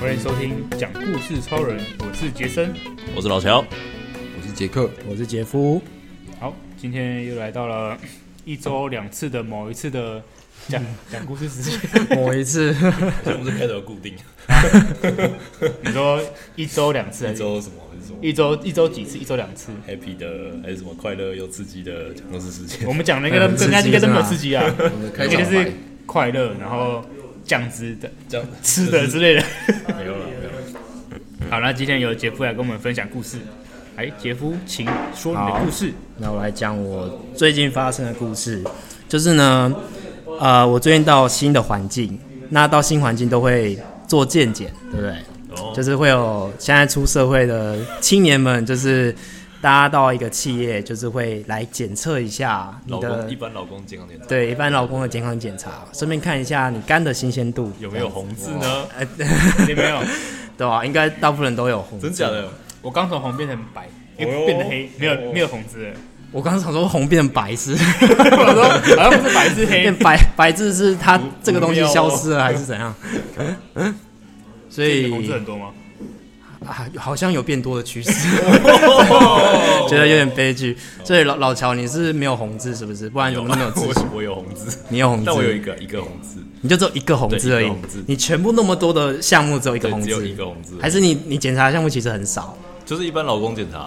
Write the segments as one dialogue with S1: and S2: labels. S1: 欢迎收听《讲故事超人》，我是杰森。
S2: 我是老乔，
S3: 我是杰克，
S4: 我是杰夫，
S1: 好，今天又来到了一周两次的某一次的讲讲故事时间。
S4: 某一次
S2: 我们是开头固定，
S1: 你说一周两次还
S2: 一
S1: 是？
S2: 周什么还是什么
S1: 一周一周几次？一周两次？
S3: 哎
S2: happy 的，呃还是什么快乐又刺激的讲故事时间
S1: 我。们讲那个
S4: 嗯
S1: 人家
S4: 刺激
S1: 应该都没有
S4: 是吧
S1: 刺激啊，
S3: 我们
S1: 那
S3: 的开
S1: 个就
S3: 场
S1: 是
S3: 白。
S1: 快乐，然后酱汁的、
S2: 这样
S1: 吃的之类的。
S2: 没有了，没有了。
S1: 好，那今天由杰夫来跟我们分享故事。哎，杰夫，请说你的
S4: 好
S1: 故事。
S4: 那我来讲我最近发生的故事，就是呢，呃，我最近到新的环境，那到新环境都会做健检，对不对？
S2: 哦
S4: 就是会有现在出社会的青年们，就是大家到一个企业，就是会来检测一下你
S2: 老
S4: 的
S2: 公一般老公健康检查
S4: 对一般劳工的健康检查，顺便看一下你肝的新鲜度
S2: 有没有。红字 呢？
S4: 呃，
S1: 你没有？
S4: 对啊，应该大部分人都有红。
S2: 真假？的？
S1: 我刚从红变成白，又
S2: 哦哟
S1: 变成黑，没有
S2: 哦
S1: 没有红字了。
S4: 我刚刚想说红变白是，
S1: 我说好像不是白是黑
S4: 变。白白字是它这个东西消失了还是怎样？
S2: 嗯
S4: 所以
S1: 红字很多吗？
S4: 啊，好像有变多的趋势，
S2: 哦
S4: 觉得有点悲剧。所以老老乔，你是没有红字是不是？不然怎么那么有自信？
S2: 我我有红字，
S4: 你有红字
S2: 哦但，我有一个一个红字，
S4: 你就只有一个红字而
S2: 对一
S4: 已
S2: 个红字。
S4: 你全部那么多的项目只有一个
S2: 对，
S4: 红
S2: 只有一
S4: 字，
S2: 个红字，
S4: 还是你你检查的项目其实很少？
S2: 就是一般老公检查，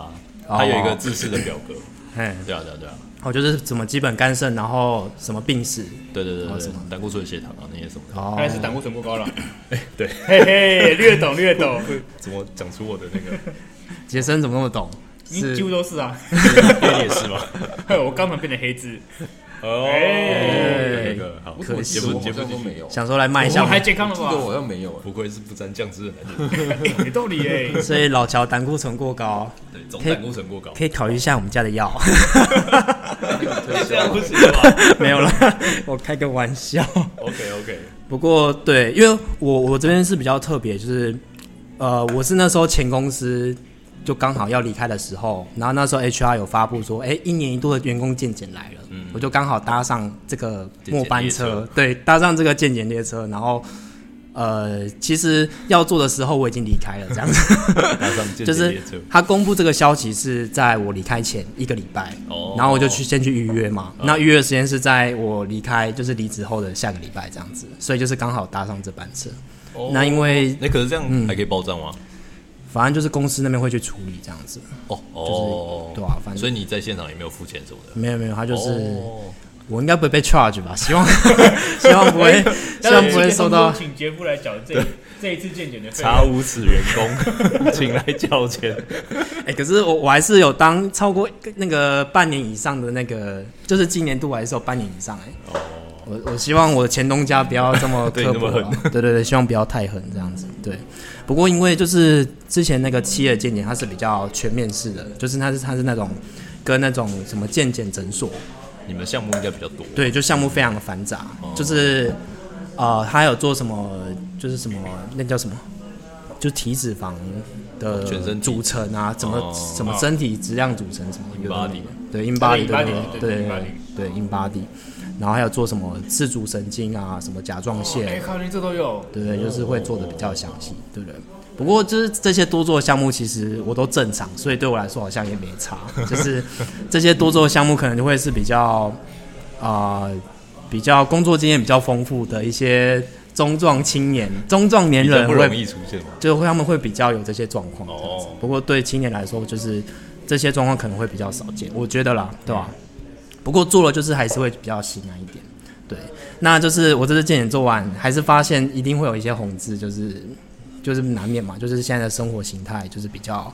S2: 啊他有一个自式的表格。
S4: 嘿，
S2: 对啊，对啊，对啊，
S4: 哦，就是什么基本肝肾，然后什么病史，
S2: 对对对对对，胆固醇、血糖啊那些什么的。
S4: 哦
S1: 看，来是胆固醇过高了。
S2: 对，
S1: 嘿嘿，略懂略懂，
S2: 怎么讲出我的那 个？
S4: 杰森怎么那么懂？
S1: 你 几乎都是啊。
S2: 你也是吗？
S1: 我刚才变成黑字，
S2: 哦，
S1: 哎
S2: 那个好，
S4: 可惜
S2: 节目节目
S3: 都
S2: 继续哦
S3: 没有，
S4: 想说来卖一
S1: 这
S4: 下
S1: 样
S4: 我
S1: 还
S4: 们，
S1: 健康了
S3: 这个好
S1: 吧？
S3: 像没有。
S2: 不愧是不沾酱汁的男人。
S1: 有道理哎。
S4: 所以老乔胆固醇过高，
S2: 对，总胆固醇过高，
S4: 可以考虑一下我们家的药。
S2: 这样不行吧
S4: 没有了， 我开个玩笑。
S2: ？OK OK，
S4: 不过对，因为我我这边是比较特别，就是呃，我是那时候前公司就刚好要离开的时候，然后那时候 HR 有发布说，哎，一年一度的员工健检来了，我就刚好搭上这个末班
S2: 健嗯检列
S4: 车，对，搭上这个健检列车，然后。呃，其实要做的时候我已经离开了，这样子，
S2: 马上间接
S4: 就是
S2: 列车
S4: 他公布这个消息是在我离开前一个礼拜，
S2: 哦
S4: 然后我就去先去预约嘛。那预约的时间是在我离开，就是离职后的下个礼拜这样子，所以就是刚好搭上这班车。
S2: 哦
S4: 那因为
S2: 那可是这
S4: 嗯
S2: 样还可以报账吗？
S4: 反正就是公司那边会去处理这样子，
S2: 哦
S4: 就是对啊反正
S2: 所以你在现场也没有付钱什么的，
S4: 没有没有，他就是、
S2: 哦
S4: 我应该不会被 charge 吧？希望 希望 不
S2: 哎
S4: 会，希望不会受到。
S1: 请杰夫来缴这这一次健检的费
S2: 查
S1: 用。
S2: 无此员工， 请来交钱。
S4: 哎、可是我我还是有当超过那个半年以上的那个，就是今年度我还是有半年以上哎、我我希望我前东家不要这么
S2: 哦 对你
S4: 刻
S2: 那
S4: 薄
S2: 么
S4: 啊、对对对，希望不要太狠这样子。对，不过因为就是之前那个企业健检，它是比较全面式的，就是它是它是那种跟那种什么健检诊所，
S2: 你们项目应该比较多，
S4: 对，就项目非常的繁杂，
S2: 哦
S4: 就是呃，它有做什么，就是什么那叫什么，就体脂肪的
S2: 哦全身体
S4: 组成啊，怎么、
S2: 哦
S4: 什么身体质量组成什么有的没的
S2: Inbody
S4: 对
S1: 对
S4: in body 的
S1: Inbody，对
S4: 对
S1: Inbody
S4: 对 in body，然后还有做什么自主神经啊，什么甲状腺，
S1: 哎，靠，你这都有。
S4: 对不对？就是会做的比较详细，对不对？不过就是这些多做的项目，其实我都正常，所以对我来说好像也没差。就是这些多做的项目，可能就会是比较啊、呃比较工作经验比较丰富的一些中壮青年、中壮年
S2: 比较
S4: 人
S2: 不容
S4: 会，
S2: 易出现嘛。
S4: 就会他们会比较有这些状况这样子
S2: 哦。
S4: 不过对青年来说，就是这些状况可能会比较少见，我觉得啦，对吧、不过做了就是还是会比较心安一点。对，那就是我这次健检做完，还是发现一定会有一些红字，就是就是难免嘛，就是现在的生活形态就是比较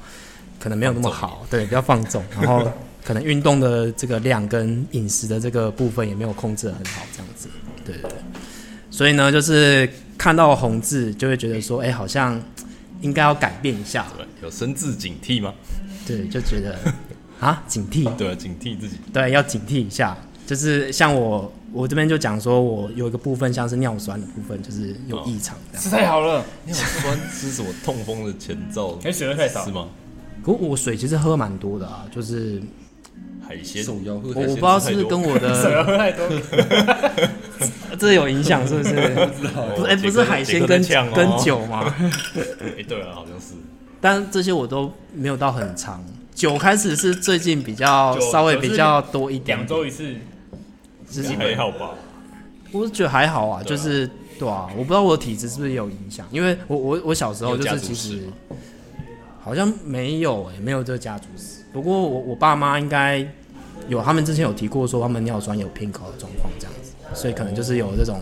S4: 可能没有那么好，对，比较放 纵，然后可能运动的这个量跟饮食的这个部分也没有控制的很好，这样子，对对对。所以呢，就是看到红字就会觉得说，哎、好像应该要改变一下，
S2: 对，有深自警惕吗？
S4: 对，就觉 得啊警惕，
S2: 对啊，警惕自己。
S4: 对，要警惕一下。就是像我，我这边就讲说，我有一个部分像是尿酸的部分，就是有异常这样。
S1: 吃太好了，
S2: 尿酸是什么痛风的前兆？
S1: 哎水喝太少
S2: 是吗？
S4: 可我水其实喝蛮多的啊，就是
S2: 海鲜，
S3: 手摇喝
S4: 我
S3: 海
S4: 我不
S3: 鲜
S4: 知道是
S3: 吃
S4: 不是
S3: 太多
S4: 跟 我的
S1: 喝太多，
S4: 这有影响，是不是？不是，哎，
S2: 哦杰
S4: 不
S2: 哥
S4: 是海鲜
S2: 杰哥
S4: 跟
S2: 在呛哦
S4: 跟酒吗？
S2: 哎，对啊，好像是
S4: 但这些我都没有到很长。酒开始是最近比较
S1: 酒
S4: 稍微
S1: 酒是
S4: 比较多一点
S1: 两，周一次，
S4: 自己
S2: 哎还好吧？
S4: 我是觉得还好啊，
S2: 对啊
S4: 就是对啊，我不知道我的体质是不是有影响，因为我我我小时候
S2: 你有
S4: 就
S2: 家
S4: 是
S2: 族
S4: 其
S2: 史
S4: 实
S2: 吗
S4: 好像没有诶、没有这个家族史。不过我我爸妈应该有，他们之前有提过说他们尿酸有偏高的状况这样子，所以可能就是有这种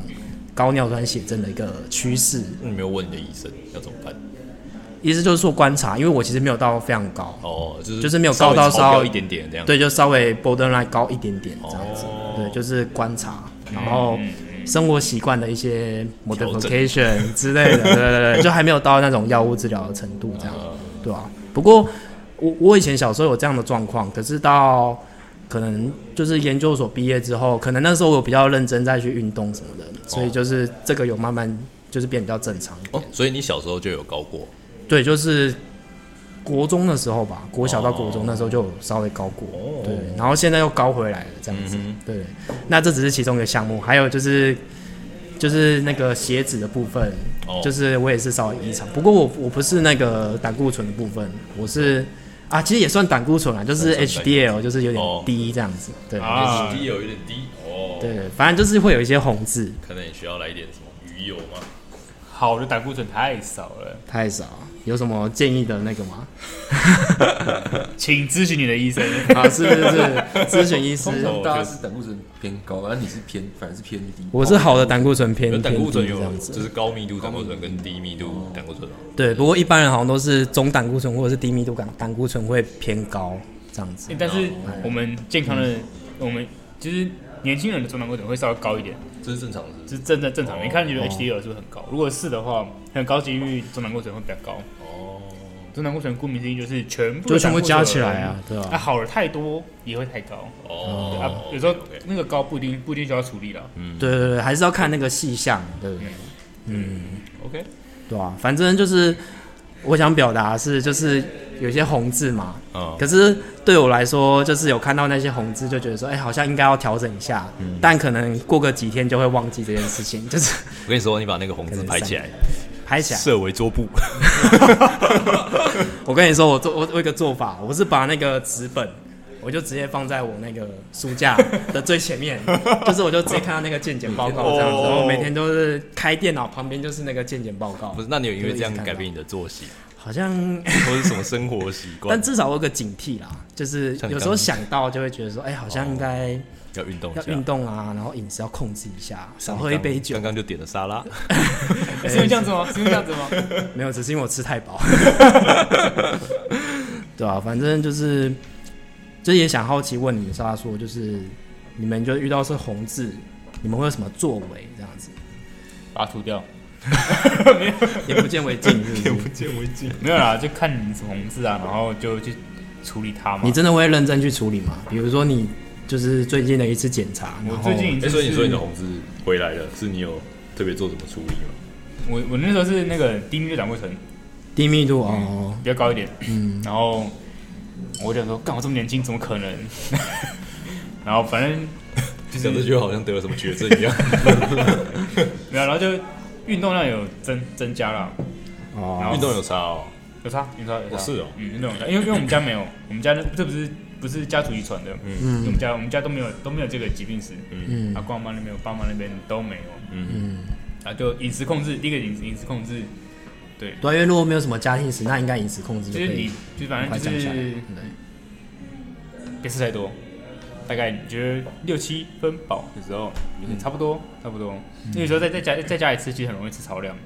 S4: 高尿酸血症的一个趋势。
S2: 那你没有问你的医生要怎么办？
S4: 意思就是说观察，因为我其实没有到非常高，
S2: 哦，就是
S4: 就是没有高到
S2: 稍微超
S4: 稍
S2: 标
S4: 微
S2: 一点点这样。
S4: 对，就稍微 borderline 高一点点这样子，
S2: 哦
S4: 对，就是观察，然后
S1: 嗯
S4: 生活习惯的一些
S2: 整
S4: modification 之类的，对 对对，就还没有到那种药物治疗的程度这样，
S2: 嗯
S4: 对啊？不过我我以前小时候有这样的状况，可是到可能就是研究所毕业之后，可能那时候我比较认真再去运动什么的，所以就是这个有慢慢就是变比较正常一点
S2: 哦，所以你小时候就有高过，
S4: 对，就是国中的时候吧，国小到国中那时候就有稍微高过，
S2: 哦
S4: 对，然后现在又高回来了这样
S2: 嗯
S4: 子，对。那这只是其中一个项目，还有就是就是那个鞋子的部分，
S2: 哦
S4: 就是我也是稍微异常，不过我我不是那个胆固醇的部分，我是。啊，其实也算胆固醇啦，就是
S2: 胆固醇
S4: HDL，就是有
S2: 哦
S4: 点低这样子，对、
S1: 啊
S2: 低有一点低哦，
S4: 对，反正就是会有一些红字，
S2: 可能也需要来一点什么鱼油吗？
S1: 好的胆固醇太少了，
S4: 太少，有什么建议的那个吗？
S1: 请咨询你的医生。
S4: 啊，是是 是，咨询医师，
S3: 通常大家是胆固醇偏高，而你是偏，反而是偏低。
S4: 我是好的胆固醇偏
S2: 有
S4: 偏
S2: 胆固醇
S4: 低
S2: 有
S4: 这样，
S2: 就
S4: 子。
S2: 是高密度胆固醇跟低密度胆固醇哦。
S4: 对，不过一般人好像都是中胆固醇或者是低密度胆胆固醇会偏高这样子。
S1: 但是我们健康的，我们就是年轻人的总胆固醇会稍微高一点，
S2: 这是正常的，
S1: 是正正正常的。你看你的 HDL 是不是很高？如果是的话，很高几率总胆固醇会比较高。
S2: 哦，
S1: 总胆固醇顾名思义就是全部
S4: 就
S1: 的
S4: 全部
S1: 胆固醇
S4: 加起来啊对啊
S1: 啊，好了太多也会太高
S2: 哦，
S1: 啊，有时候
S2: OK，OK
S1: 那个高不一定不一定需要处理了。
S2: 嗯
S4: 对对对，还是要看那个细项，对不对？
S1: OK，
S4: 对啊，反正就是我想表达的是，就是有些红字嘛，
S2: 嗯
S4: 可是对我来说，就是有看到那些红字，就觉得说，哎、好像应该要调整一下，
S2: 嗯
S4: 但可能过个几天就会忘记这件事情，就是
S2: 我跟你说，你把那个红字拍起来，
S4: 拍起来。
S2: 设为桌 布，
S4: 我跟你说，我做我我有一个做法，我是把那个纸本，我就直接放在我那个书架的最前 面，就是我就直接看到那个健检报告这样子，
S2: 哦
S4: 然后每天都是开电脑旁边就是那个健检报告
S2: 不，是？那你有因为这样改变你的作息，
S4: 好像，哎
S2: 或者是什么生活习惯
S4: 但？至少我有个警惕啦，就是
S2: 像你
S4: 有时候
S2: 刚刚
S4: 想到就会觉得说，哎、好像应该
S2: 要运动一
S4: 要
S2: 下
S4: 运。动啊，然后饮食要控制一下，少
S2: 像你
S4: 喝一杯酒
S2: 刚，刚就点了沙拉，
S1: 是因为这样子吗？是因为这样子吗？
S4: 没有，只是因为我吃太饱。对啊，反正就是，就是也想好奇问你，莎莎说，就是你们就遇到是红字，你们会有什么作为这样子？
S1: 把它涂掉。
S4: 眼不见为净，是不是？
S2: 见为净。
S1: 没有啦，就看你什么红字啊，然后就去处理它嘛。
S4: 你真的会认真去处理吗？比如说你就是最近的一次检查，然
S1: 我
S4: 后
S1: 最近
S2: 哎，
S1: 就
S2: 所
S1: 是
S2: 以你说你的红字回来了，是你有特别做什么处理吗？
S1: 我我那时候是那个低密度胆固醇
S4: 低密度
S1: 嗯
S4: 哦，
S1: 比较高一点，嗯，然后我就想说，干我这么年轻，怎么可能？ 然后反正
S2: 讲这句话好像得了什么绝症 一样。
S1: 没有，然后就运动量有增增加了，
S4: 哦，
S1: 然后
S2: 运动有差哦，
S1: 有差，有差，有差，
S2: 哦是哦
S1: 嗯，运动有差，因为因为我们家没有， 我们家那这不是不是家族遗传的，嗯，我们家我们家都没有都没有这个疾病史，嗯，啊，光妈那边我爸妈那边都没有，嗯啊，就饮食控制，第一个饮食饮食控制，对，
S4: 对啊，因为如果没有什么家庭史，那应该饮食控制就
S1: 就
S4: 可
S1: 是你
S4: 以
S1: 就反
S4: 快
S1: 正就
S4: 讲下来。
S1: 是
S4: 对，
S1: 别吃太多，大概你觉得六七分饱的时候，你
S4: 嗯
S1: 就差不多，差不多。那有时候在在家在家里吃，其实很容易吃超量。
S4: 哦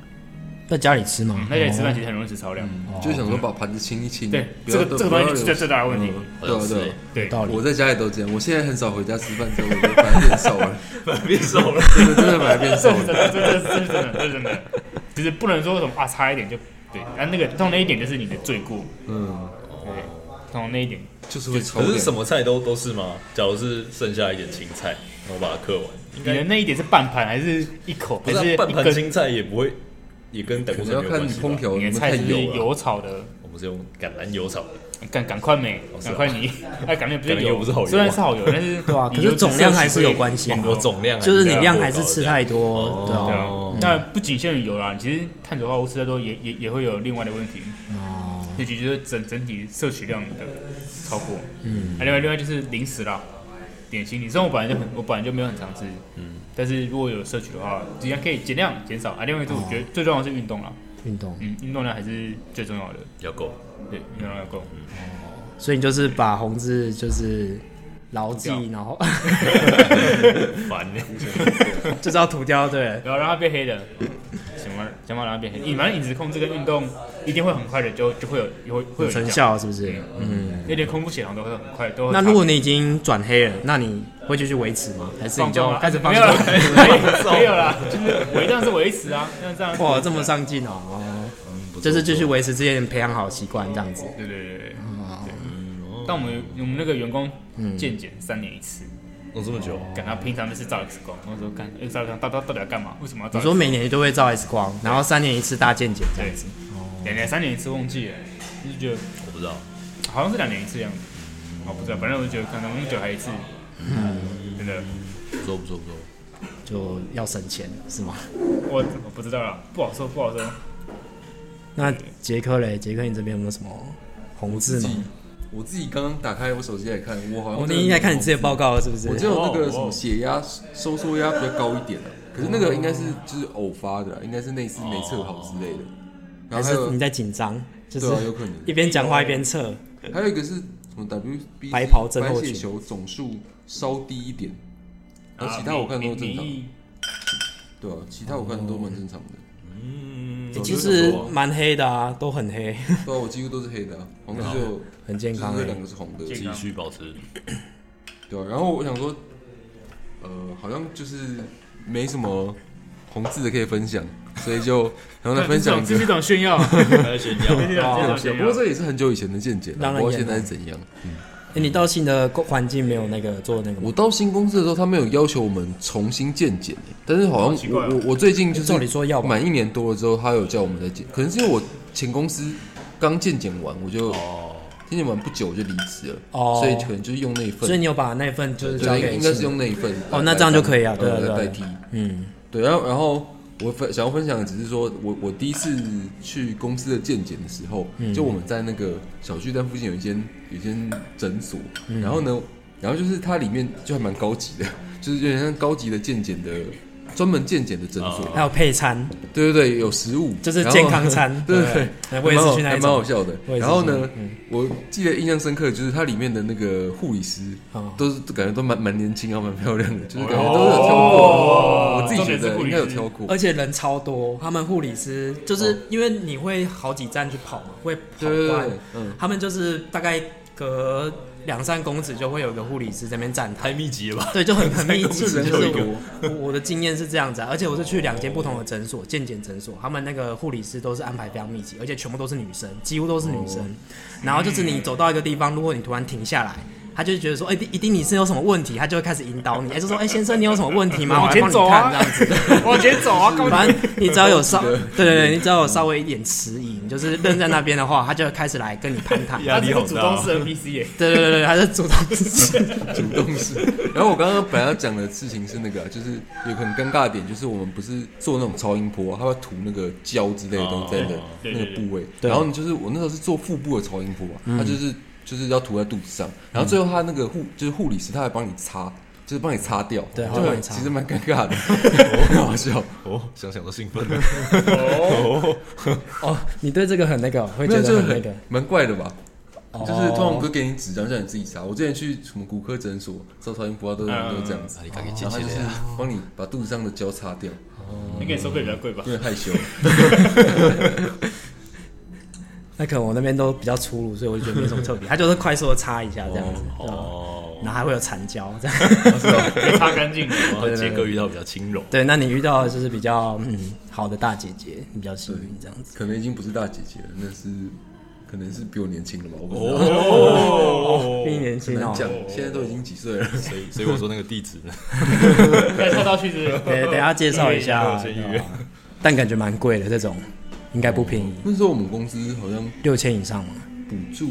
S4: 在家里吃哦吗？
S1: 在家里吃饭其实很容易吃超量。
S4: 嗯
S3: 就是想说把盘子清一清。
S1: 对
S3: 不要
S1: 这个这个东西是最最大的问题。
S3: 不要留嗯对啊对啊，
S1: 对
S4: 有，道理
S3: 我在家里都这样，我现在很少回家吃饭，之后我就反而变瘦 了，
S2: 变瘦 了。
S3: 真的真的反而变瘦
S1: 这是真
S3: 了。
S1: 的，这是真的，这是真的，这是真的。就是不能说什么啊，差一点就对，啊那个从那一点就是你的罪过，
S3: 嗯，
S1: 对，从那一点
S3: 就是会超
S2: 可
S3: 量。
S2: 是什么菜都都是吗？假如是剩下一点青菜，然后把它刻完，应
S1: 你
S2: 该
S1: 的那一点是半盘还是一口，
S2: 不
S1: 还
S2: 是啊
S1: 是
S2: 半
S1: 一
S2: 盘
S1: 根？
S2: 青菜也不会，也跟胆
S3: 可
S2: 固
S3: 能要
S2: 醇没有
S3: 看
S2: 关
S3: 你
S2: 系
S3: 烹
S2: 吧。
S3: 调有
S1: 你的
S3: 没有啊
S1: 菜
S3: 太
S1: 是不是啊
S3: 油了。
S1: 油炒的，
S2: 们是用橄榄油炒的，
S1: 赶赶快没
S2: 哦，是
S1: 赶
S2: 啊
S1: 快你， 哎，橄榄油不
S2: 橄榄
S1: 是
S2: 油
S1: 油，
S2: 不是好油
S1: 虽然
S2: 吗
S1: 是好油，但是
S4: 对啊
S1: 你
S4: 可是
S1: 油脂
S4: 总量
S1: 摄取
S4: 还是
S1: 会
S4: 有关系
S1: 很
S4: 嘛
S2: 我
S1: 多重
S2: 总量啊
S4: 就是
S2: 比
S4: 你
S2: 较
S4: 量
S2: 过
S4: 还是
S2: 高
S4: 吃
S2: 这样
S4: 太多，对
S1: 啊对
S4: 啊。
S1: 啊，那不仅限于油啦，其实碳水化合物吃太多也也也会有另外的问题，
S4: 哦，
S1: 也就是整整体摄取量的超过。嗯，啊，另外另外就是零食啦，点心。你生我本来就很，我本来就没有很常吃，嗯，但是如果有摄取的话，尽量可以尽量减少。啊，另外就是我觉得最重要的是运动啦，
S4: 运动，
S1: 嗯，运动量还是最重要的，
S2: 要 够。
S1: 对，运动量要够。
S4: 嗯所以你就是把红字就是牢记，然后
S2: 烦欸，
S4: 就是要涂掉，对。
S1: 不要让它变黑的，想办想办法让它变黑。你反正饮食控制跟运动一定会很快的就就会有有会会有
S4: 有成
S1: 影响，
S4: 效是不是？嗯，
S1: 那连空腹血糖都会很快都会
S4: 那
S1: 差
S4: 如果你已经转黑了，那你会继续维持吗？还是你
S1: 放纵
S4: 就
S1: 啊
S4: 开始放
S1: 没有
S4: 纵
S1: 了？， 没有啦，就是维当然是维持啊，那这样
S4: 哇，这么上进哦哦，
S2: 不错
S4: 就是继续维持之前培养好习惯这样子。
S1: 对对对对对。但我们我们那个员工健检三年一次，
S2: 弄这么久，哦
S1: 感他平常都是照 X 光，我说干哎 X 光到到到底要干嘛？为什么要照
S4: 你
S1: X
S4: 说
S1: 光？
S4: 每年都会照 X 光，然后三年一次大健检这
S1: 对
S4: 样子，，
S1: 两年三年一次忘记了，就是觉得
S2: 我不知道，
S1: 好像是两年一次的样子，我不知道，反正我就觉得可能那么久还一次，真的。
S2: 不错不错不错，
S4: 就要省钱是吗？
S1: 我我不知道啦，不好说，不好说。
S4: 那杰克嘞，杰克你这边有没有什么红字吗？
S3: 我自己刚刚打开我手机来看，我好像
S4: 我
S3: 真
S4: 你
S3: 的
S4: 应该
S3: 没有
S4: 看你自己的报告了是不是？
S3: 我只有那个什么血压、收缩压比较高一点啊，可是那
S4: 哦
S3: 个应该是就是偶发的啊，应该是那次没测好之类的。
S4: 还
S3: 然后还
S4: 是
S3: 有
S4: 你在紧张，就是
S3: 对啊，有可能。
S4: 一边讲话一边
S3: 哦
S4: 测。
S3: 还有一个是什么 WB
S4: 白袍症候
S3: 白
S4: 群啊
S3: 血球总数稍低一点，然后其他我看都正常，对啊，其他我看都蛮正常的，
S2: 嗯
S3: 欸
S4: 其
S3: 就是
S4: 实蛮黑的啊，都很黑，
S3: 对啊，我几乎都是黑的啊，黄色就
S4: 很健
S3: 就是
S4: 康
S3: 这
S4: 欸、
S3: 两个是红的，
S1: 健
S2: 继续保持，
S3: 对啊，然后我想说，呃，好像就是没什么红字的可以分享，所以就然后来分享一哦
S1: 这是
S3: 个
S1: 一。种 炫耀，
S2: 还在炫耀
S1: 这是一种炫
S3: 不
S1: 耀
S3: 过。这也是很久以前的见解了，
S4: 当然
S3: 不知道
S4: 也
S3: 现在
S4: 能
S3: 是怎样。
S4: 欸你到新的环境没有那个做那个吗
S3: 我？到新公司的时候，他们有要求我们重新健检欸，但是好
S1: 奇
S3: 像我
S1: 怪哦
S3: 我我最近就是
S4: 哎照理说要吧
S3: 满一年多了之后，他有叫我们再检，可能是因为我前公司刚健检完，我就
S2: 哦，
S3: 健检完不久我就离职了，
S4: 哦
S3: 所以可能就是用那一
S4: 所以
S3: 份，
S4: 你有把那份就是交
S3: 对，
S4: 给
S3: 应该是
S4: 新
S3: 用那一份
S4: 哦
S3: 来
S4: 那这样就可以啊对啊
S3: 来
S4: 对啊
S3: 代替。
S4: 嗯
S3: 对，然后然后我分想要分享的只是说我我第一次去公司的健检的时候，
S4: 嗯
S3: 就我们在那个小巨蛋附近有一间有一间诊所，
S4: 嗯
S3: 然后呢，然后就是它里面就还蛮高级的，就是有点像高级的健检的。专门健检的诊所，
S4: 还有配餐，
S3: 对对对，有食物，
S4: 哦就是
S3: 然后
S4: 健康餐
S3: 对
S4: 对
S3: 对
S4: 哎
S3: 对，
S4: 我也是
S3: 还蛮好
S4: 去那一
S3: 还
S4: 种
S3: 蛮好笑的
S4: 我。也是
S3: 然后
S4: 去那嗯
S3: 呢，我记得印象深刻的就是它里面的那个护理师
S4: 哦，
S3: 都是感觉都蛮蛮年轻啊，蛮漂亮的，就是感觉都有挑过，我自己觉
S1: 重点是
S3: 得
S1: 护理
S3: 应
S1: 师
S3: 该有挑过。哎
S4: 而且人超多。他们护理师就是因为你会好几站去跑嘛，会跑
S3: 哦对对对
S4: 完
S3: 对，嗯，
S4: 他们就是大概隔两三公尺就会有一个护理师在那边站台。
S2: 太密集了吧？
S4: 对，就很很密 集，
S3: 就
S4: 就
S3: 人
S4: 是
S3: 很多
S4: 我我我的经验是这样子、啊，而且我是去两间不同的诊所，健检诊所，他们那个护理师都是安排非常密集，而且全部都是女生，几乎都是女
S2: 哦
S4: 生。然后就是你走到一个地方，如果你突然停下来。他就觉得说，哎、一定你是有什么问题，他就会开始引导你，哎、就说，哎、先生，你有什么问 题吗？
S1: 往
S4: 我来
S1: 前
S4: 帮你
S1: 走啊
S4: 看这样子。
S1: 往前走啊，干嘛？
S4: 反正你只要有稍， 对对对，你只要有稍微一点迟疑，你就是愣在那边的话，他就会开始来跟你攀谈。
S1: 他
S2: 压力
S1: 这个
S2: 好
S1: 主
S2: 大
S1: 动
S2: 哦。
S1: 是 NPC 耶，
S4: 对对对对，他是主动自己。
S3: 主动式。 然后我刚刚本来要讲的事情是那个啊，就是有个很尴尬的点，就是我们不是做那种超音波啊，它会涂那个胶之类的东西在你的
S2: 哦
S1: 对
S3: 那个
S1: 对对
S3: 部位。
S4: 对
S3: 然后你就是我那时候是做腹部的超音波啊，它就是就是要涂在肚子上，然后最后他那个护就是护理师他还帮你擦。就是帮你擦掉，
S4: 对
S3: 就
S4: 他会帮你
S3: 很
S4: 擦
S3: 其实蛮尴尬的，很好笑。
S2: 哦，想想都兴 奋了。
S4: 哦，你对这个很那个哦，会
S3: 没
S4: 觉
S3: 有，就
S4: 得
S3: 是
S4: 很那
S3: 很
S4: 个。
S3: 蛮怪的吧？
S4: 哦
S3: 就是通常不是给你纸张叫你自己擦。我之前去什么骨科诊所照超音波啊，
S1: 嗯
S3: 都都这样子
S2: 啊，，你赶紧
S3: 然
S2: 进
S3: 后
S2: 去
S3: 他就是
S2: 了。
S3: 帮你把肚子上的胶擦掉，
S1: 应该收费比较贵吧
S3: 有？点害羞。
S4: 那可能我那边都比较粗鲁，所以我就觉得没什么特别。他就是快速的擦一下这样子，对吧
S2: 哦，
S4: 然后还会有残胶这样。
S1: 被擦干净了。
S2: 然后杰哥遇到比较轻柔，
S4: 对，那你遇到的就是比较嗯好的大姐姐，你比较幸运这样子。
S3: 可能已经不是大姐姐了，那是可能是比我年轻了吧，我不知道，
S2: 哦
S4: 比你年
S3: 很
S4: 轻哦
S3: 难。讲。现在都已经几岁了，
S2: 所以所以我说那个地址呢，
S1: 再跳到去是？
S4: 对，等一下介绍一下
S2: 先预约，
S4: 但感觉蛮贵的这种。应该不便宜，
S3: 那时候我们公司好像
S4: 六千以上嘛。
S3: 补助，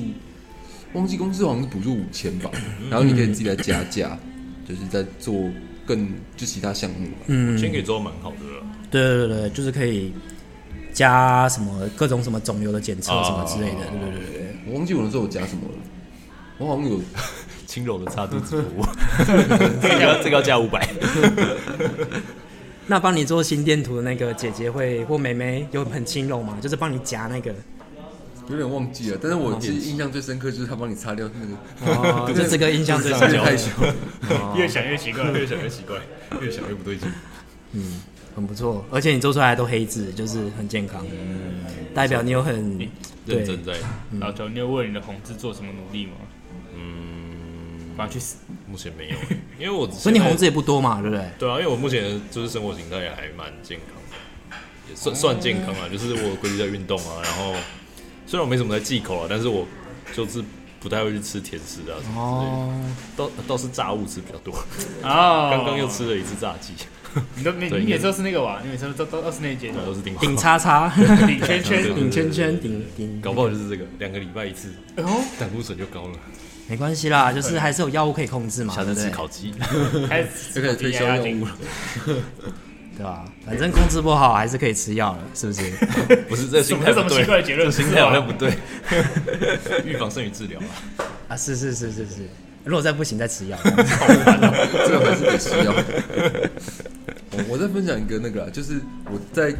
S3: 忘记公司好像是补助五千吧，
S2: 嗯
S3: 然后你可以自己再加价，就是在做更就其他项目吧。
S4: 嗯，
S2: 先给做蛮好的了，
S4: 对对对对，就是可以加什么各种什么肿瘤的检测什么之类的，对对对
S2: 哦
S4: 对。
S3: 我忘记我那时候有加什么了，我好像有
S2: 轻柔的擦肚子服务，这个要这个要加五百，
S4: 那帮你做心电图的那个姐姐会或妹妹有很轻柔吗？就是帮你夹那个，
S3: 有点忘记了，但是我记得印象最深刻就是他帮你擦掉那个，
S4: 哦，就这个印象最深
S3: 有点
S4: 刻
S3: 害，羞。
S1: 越想越奇怪，
S2: 越想越奇怪，越想越不对劲。
S4: 很不错。而且你做出来都黑字，就是很健康，代表你有很
S2: 嗯认
S4: 对
S2: 真在，
S4: 嗯
S1: 老头，你有为你的红字做什么努力吗？
S2: 嗯，
S1: 把它去死！
S2: 目前没有，因为我
S4: 所以你红字
S2: 字
S4: 也不多嘛，对不对？
S2: 对啊，因为我目前就是生活形态也还蛮健康的，也算算健康啊，就是我规律在运动啊，然后虽然我没什么在忌口啊，但是我就是不太会去吃甜食啊什么
S4: 哦，
S2: 之类的，倒倒是炸物吃比较多，
S1: 啊，
S2: 刚刚又吃了一次炸鸡，
S1: 你都你
S2: 对
S1: 你每次都是那个吧？你每次都都都是那一节
S2: 对，都是顶
S4: 顶叉叉，
S1: 顶圈
S2: 对
S1: 圈。
S4: 顶圈圈，顶顶，
S2: 搞不好就是这个，两个礼拜一次，
S1: 哦，
S2: 胆固醇就高了，
S4: 没关系啦，就是还是有药物可以控制嘛，
S2: 下
S4: 对
S2: 次吃
S4: 不对？
S2: 烤鸡，
S1: 开始
S3: 就开始推销药 物了，
S4: 对吧？反正控制不好还是可以吃药了，是不是？
S2: 不是这
S1: 什
S2: 心
S1: 么
S2: 态
S1: 什
S2: 不
S1: 么
S2: 对
S1: 奇，怪的结论？
S2: 心态好像不对， 预防胜于 治疗啊。
S4: 啊，是是是是是，如果再不行再吃药。
S3: 这个还是得 需要。我我再分享一个那个啦，就是我在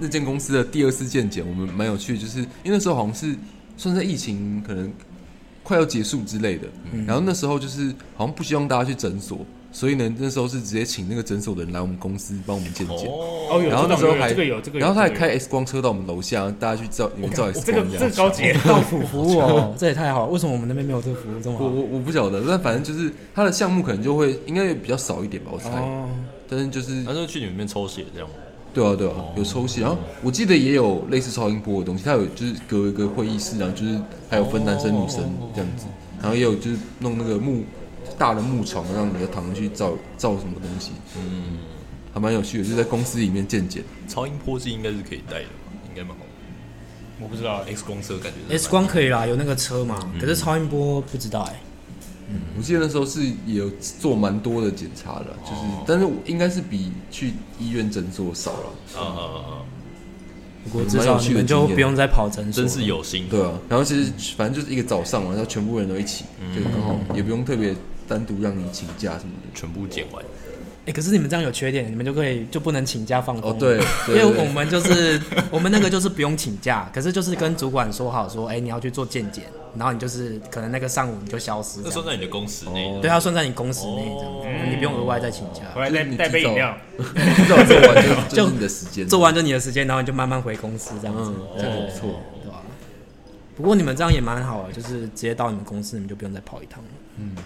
S3: 那间公司的第二次见检，我们蛮有趣的，就是因为那时候好像是算在疫情可能快要结束之类的，
S4: 嗯
S3: 然后那时候就是好像不希望大家去诊所，所以呢那时候是直接请那个诊所的人来我们公司帮我们见检。
S2: 哦，
S1: 哦，有
S3: 然后
S1: 这
S3: 那
S1: 种
S3: 时候
S1: 有
S3: 还，
S1: 这个有这个有，
S3: 然后他还
S1: 这个
S3: 开
S1: 有
S3: X 光车到我们楼下，大家去照你们照 X
S1: 这个
S3: 光这
S1: 这
S3: 样
S1: 个。高级，
S4: 到府服务哦，这也太好了。为什么我们那边没有这个服务这么
S3: 我
S4: 好？
S3: 我我不晓得，但反正就是他的项目可能就会应该比较少一点吧，我猜。
S4: 哦，
S3: 但是就是
S2: 他就去你们那边抽血这样吗？
S3: 对啊，对啊，
S1: 哦
S3: 有抽血，然后我记得也有类似超音波的东西，它有就是隔一个会议室，然后就是还有分男生女生这样子，
S1: 哦
S3: 然后也有就是弄那个木大的木床，让你躺上去照照什么东西，嗯，还蛮有趣的，就在公司里面见见，
S2: 超音波机应该是可以带的吧，应该蛮好。
S1: 我不知道欸。
S2: X 光车感觉是
S4: X 光可以啦，有那个车嘛。可是超音波不知道哎、
S3: 我记得那时候是也有做蛮多的检查的，就是但是我应该是比去医院诊所少了，
S2: 啊啊啊啊！
S4: 不过至少你们就不用再跑诊所，
S2: 真是。有心，
S3: 对啊，然后其实反正就是一个早上嘛，然后全部人都一起，就刚好也不用特别单独让你请假什么的。
S2: 全部剪完，
S4: 哎、可是你们这样有缺点，你们就可以就不能请假放工。
S3: 哦 对对
S4: 因为
S3: 对对
S4: 我们就是我们那个就是不用请假，可是就是跟主管说好说，哎、你要去做健检，然后你就是可能那个上午你就消失这
S2: 那算
S4: 样。
S2: 在你的工时
S1: 哦
S2: 内
S4: 对，他算在你工时内这样
S2: 嗯哦
S4: 子，你不用额外再请假。
S1: 回来
S3: 就是
S1: 带
S3: 你
S1: 带杯
S3: 提早
S1: 饮料，
S3: 至少做完就 就是你的时间，
S4: 做完就你的时间，然后你就慢慢回公司这样子，
S3: 这样不错。
S4: 对吧、不过你们这样也蛮好的，就是直接到你们公司，你们就不用再跑一趟了。嗯。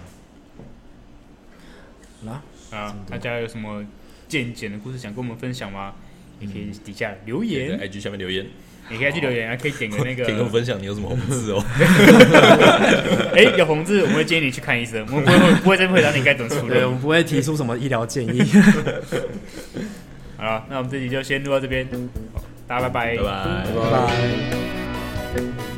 S4: 啦，
S1: 啊，大家有什么见解的故事想跟我们分享吗？你可以底下留
S2: 在
S1: 言，
S2: IG 下面留言，
S1: 你可以去留言，还啊可以点个 那个
S2: 可以跟我分享你有什么红 字哦。
S1: 哎、有红字，我们会建议你去看医生，我们不会不会再回答你该怎么处理
S4: 对，。我们不会提出什么医疗建议。
S1: 好了，那我们这集就先录到这边，好大家拜拜
S2: 拜拜。
S4: 拜拜。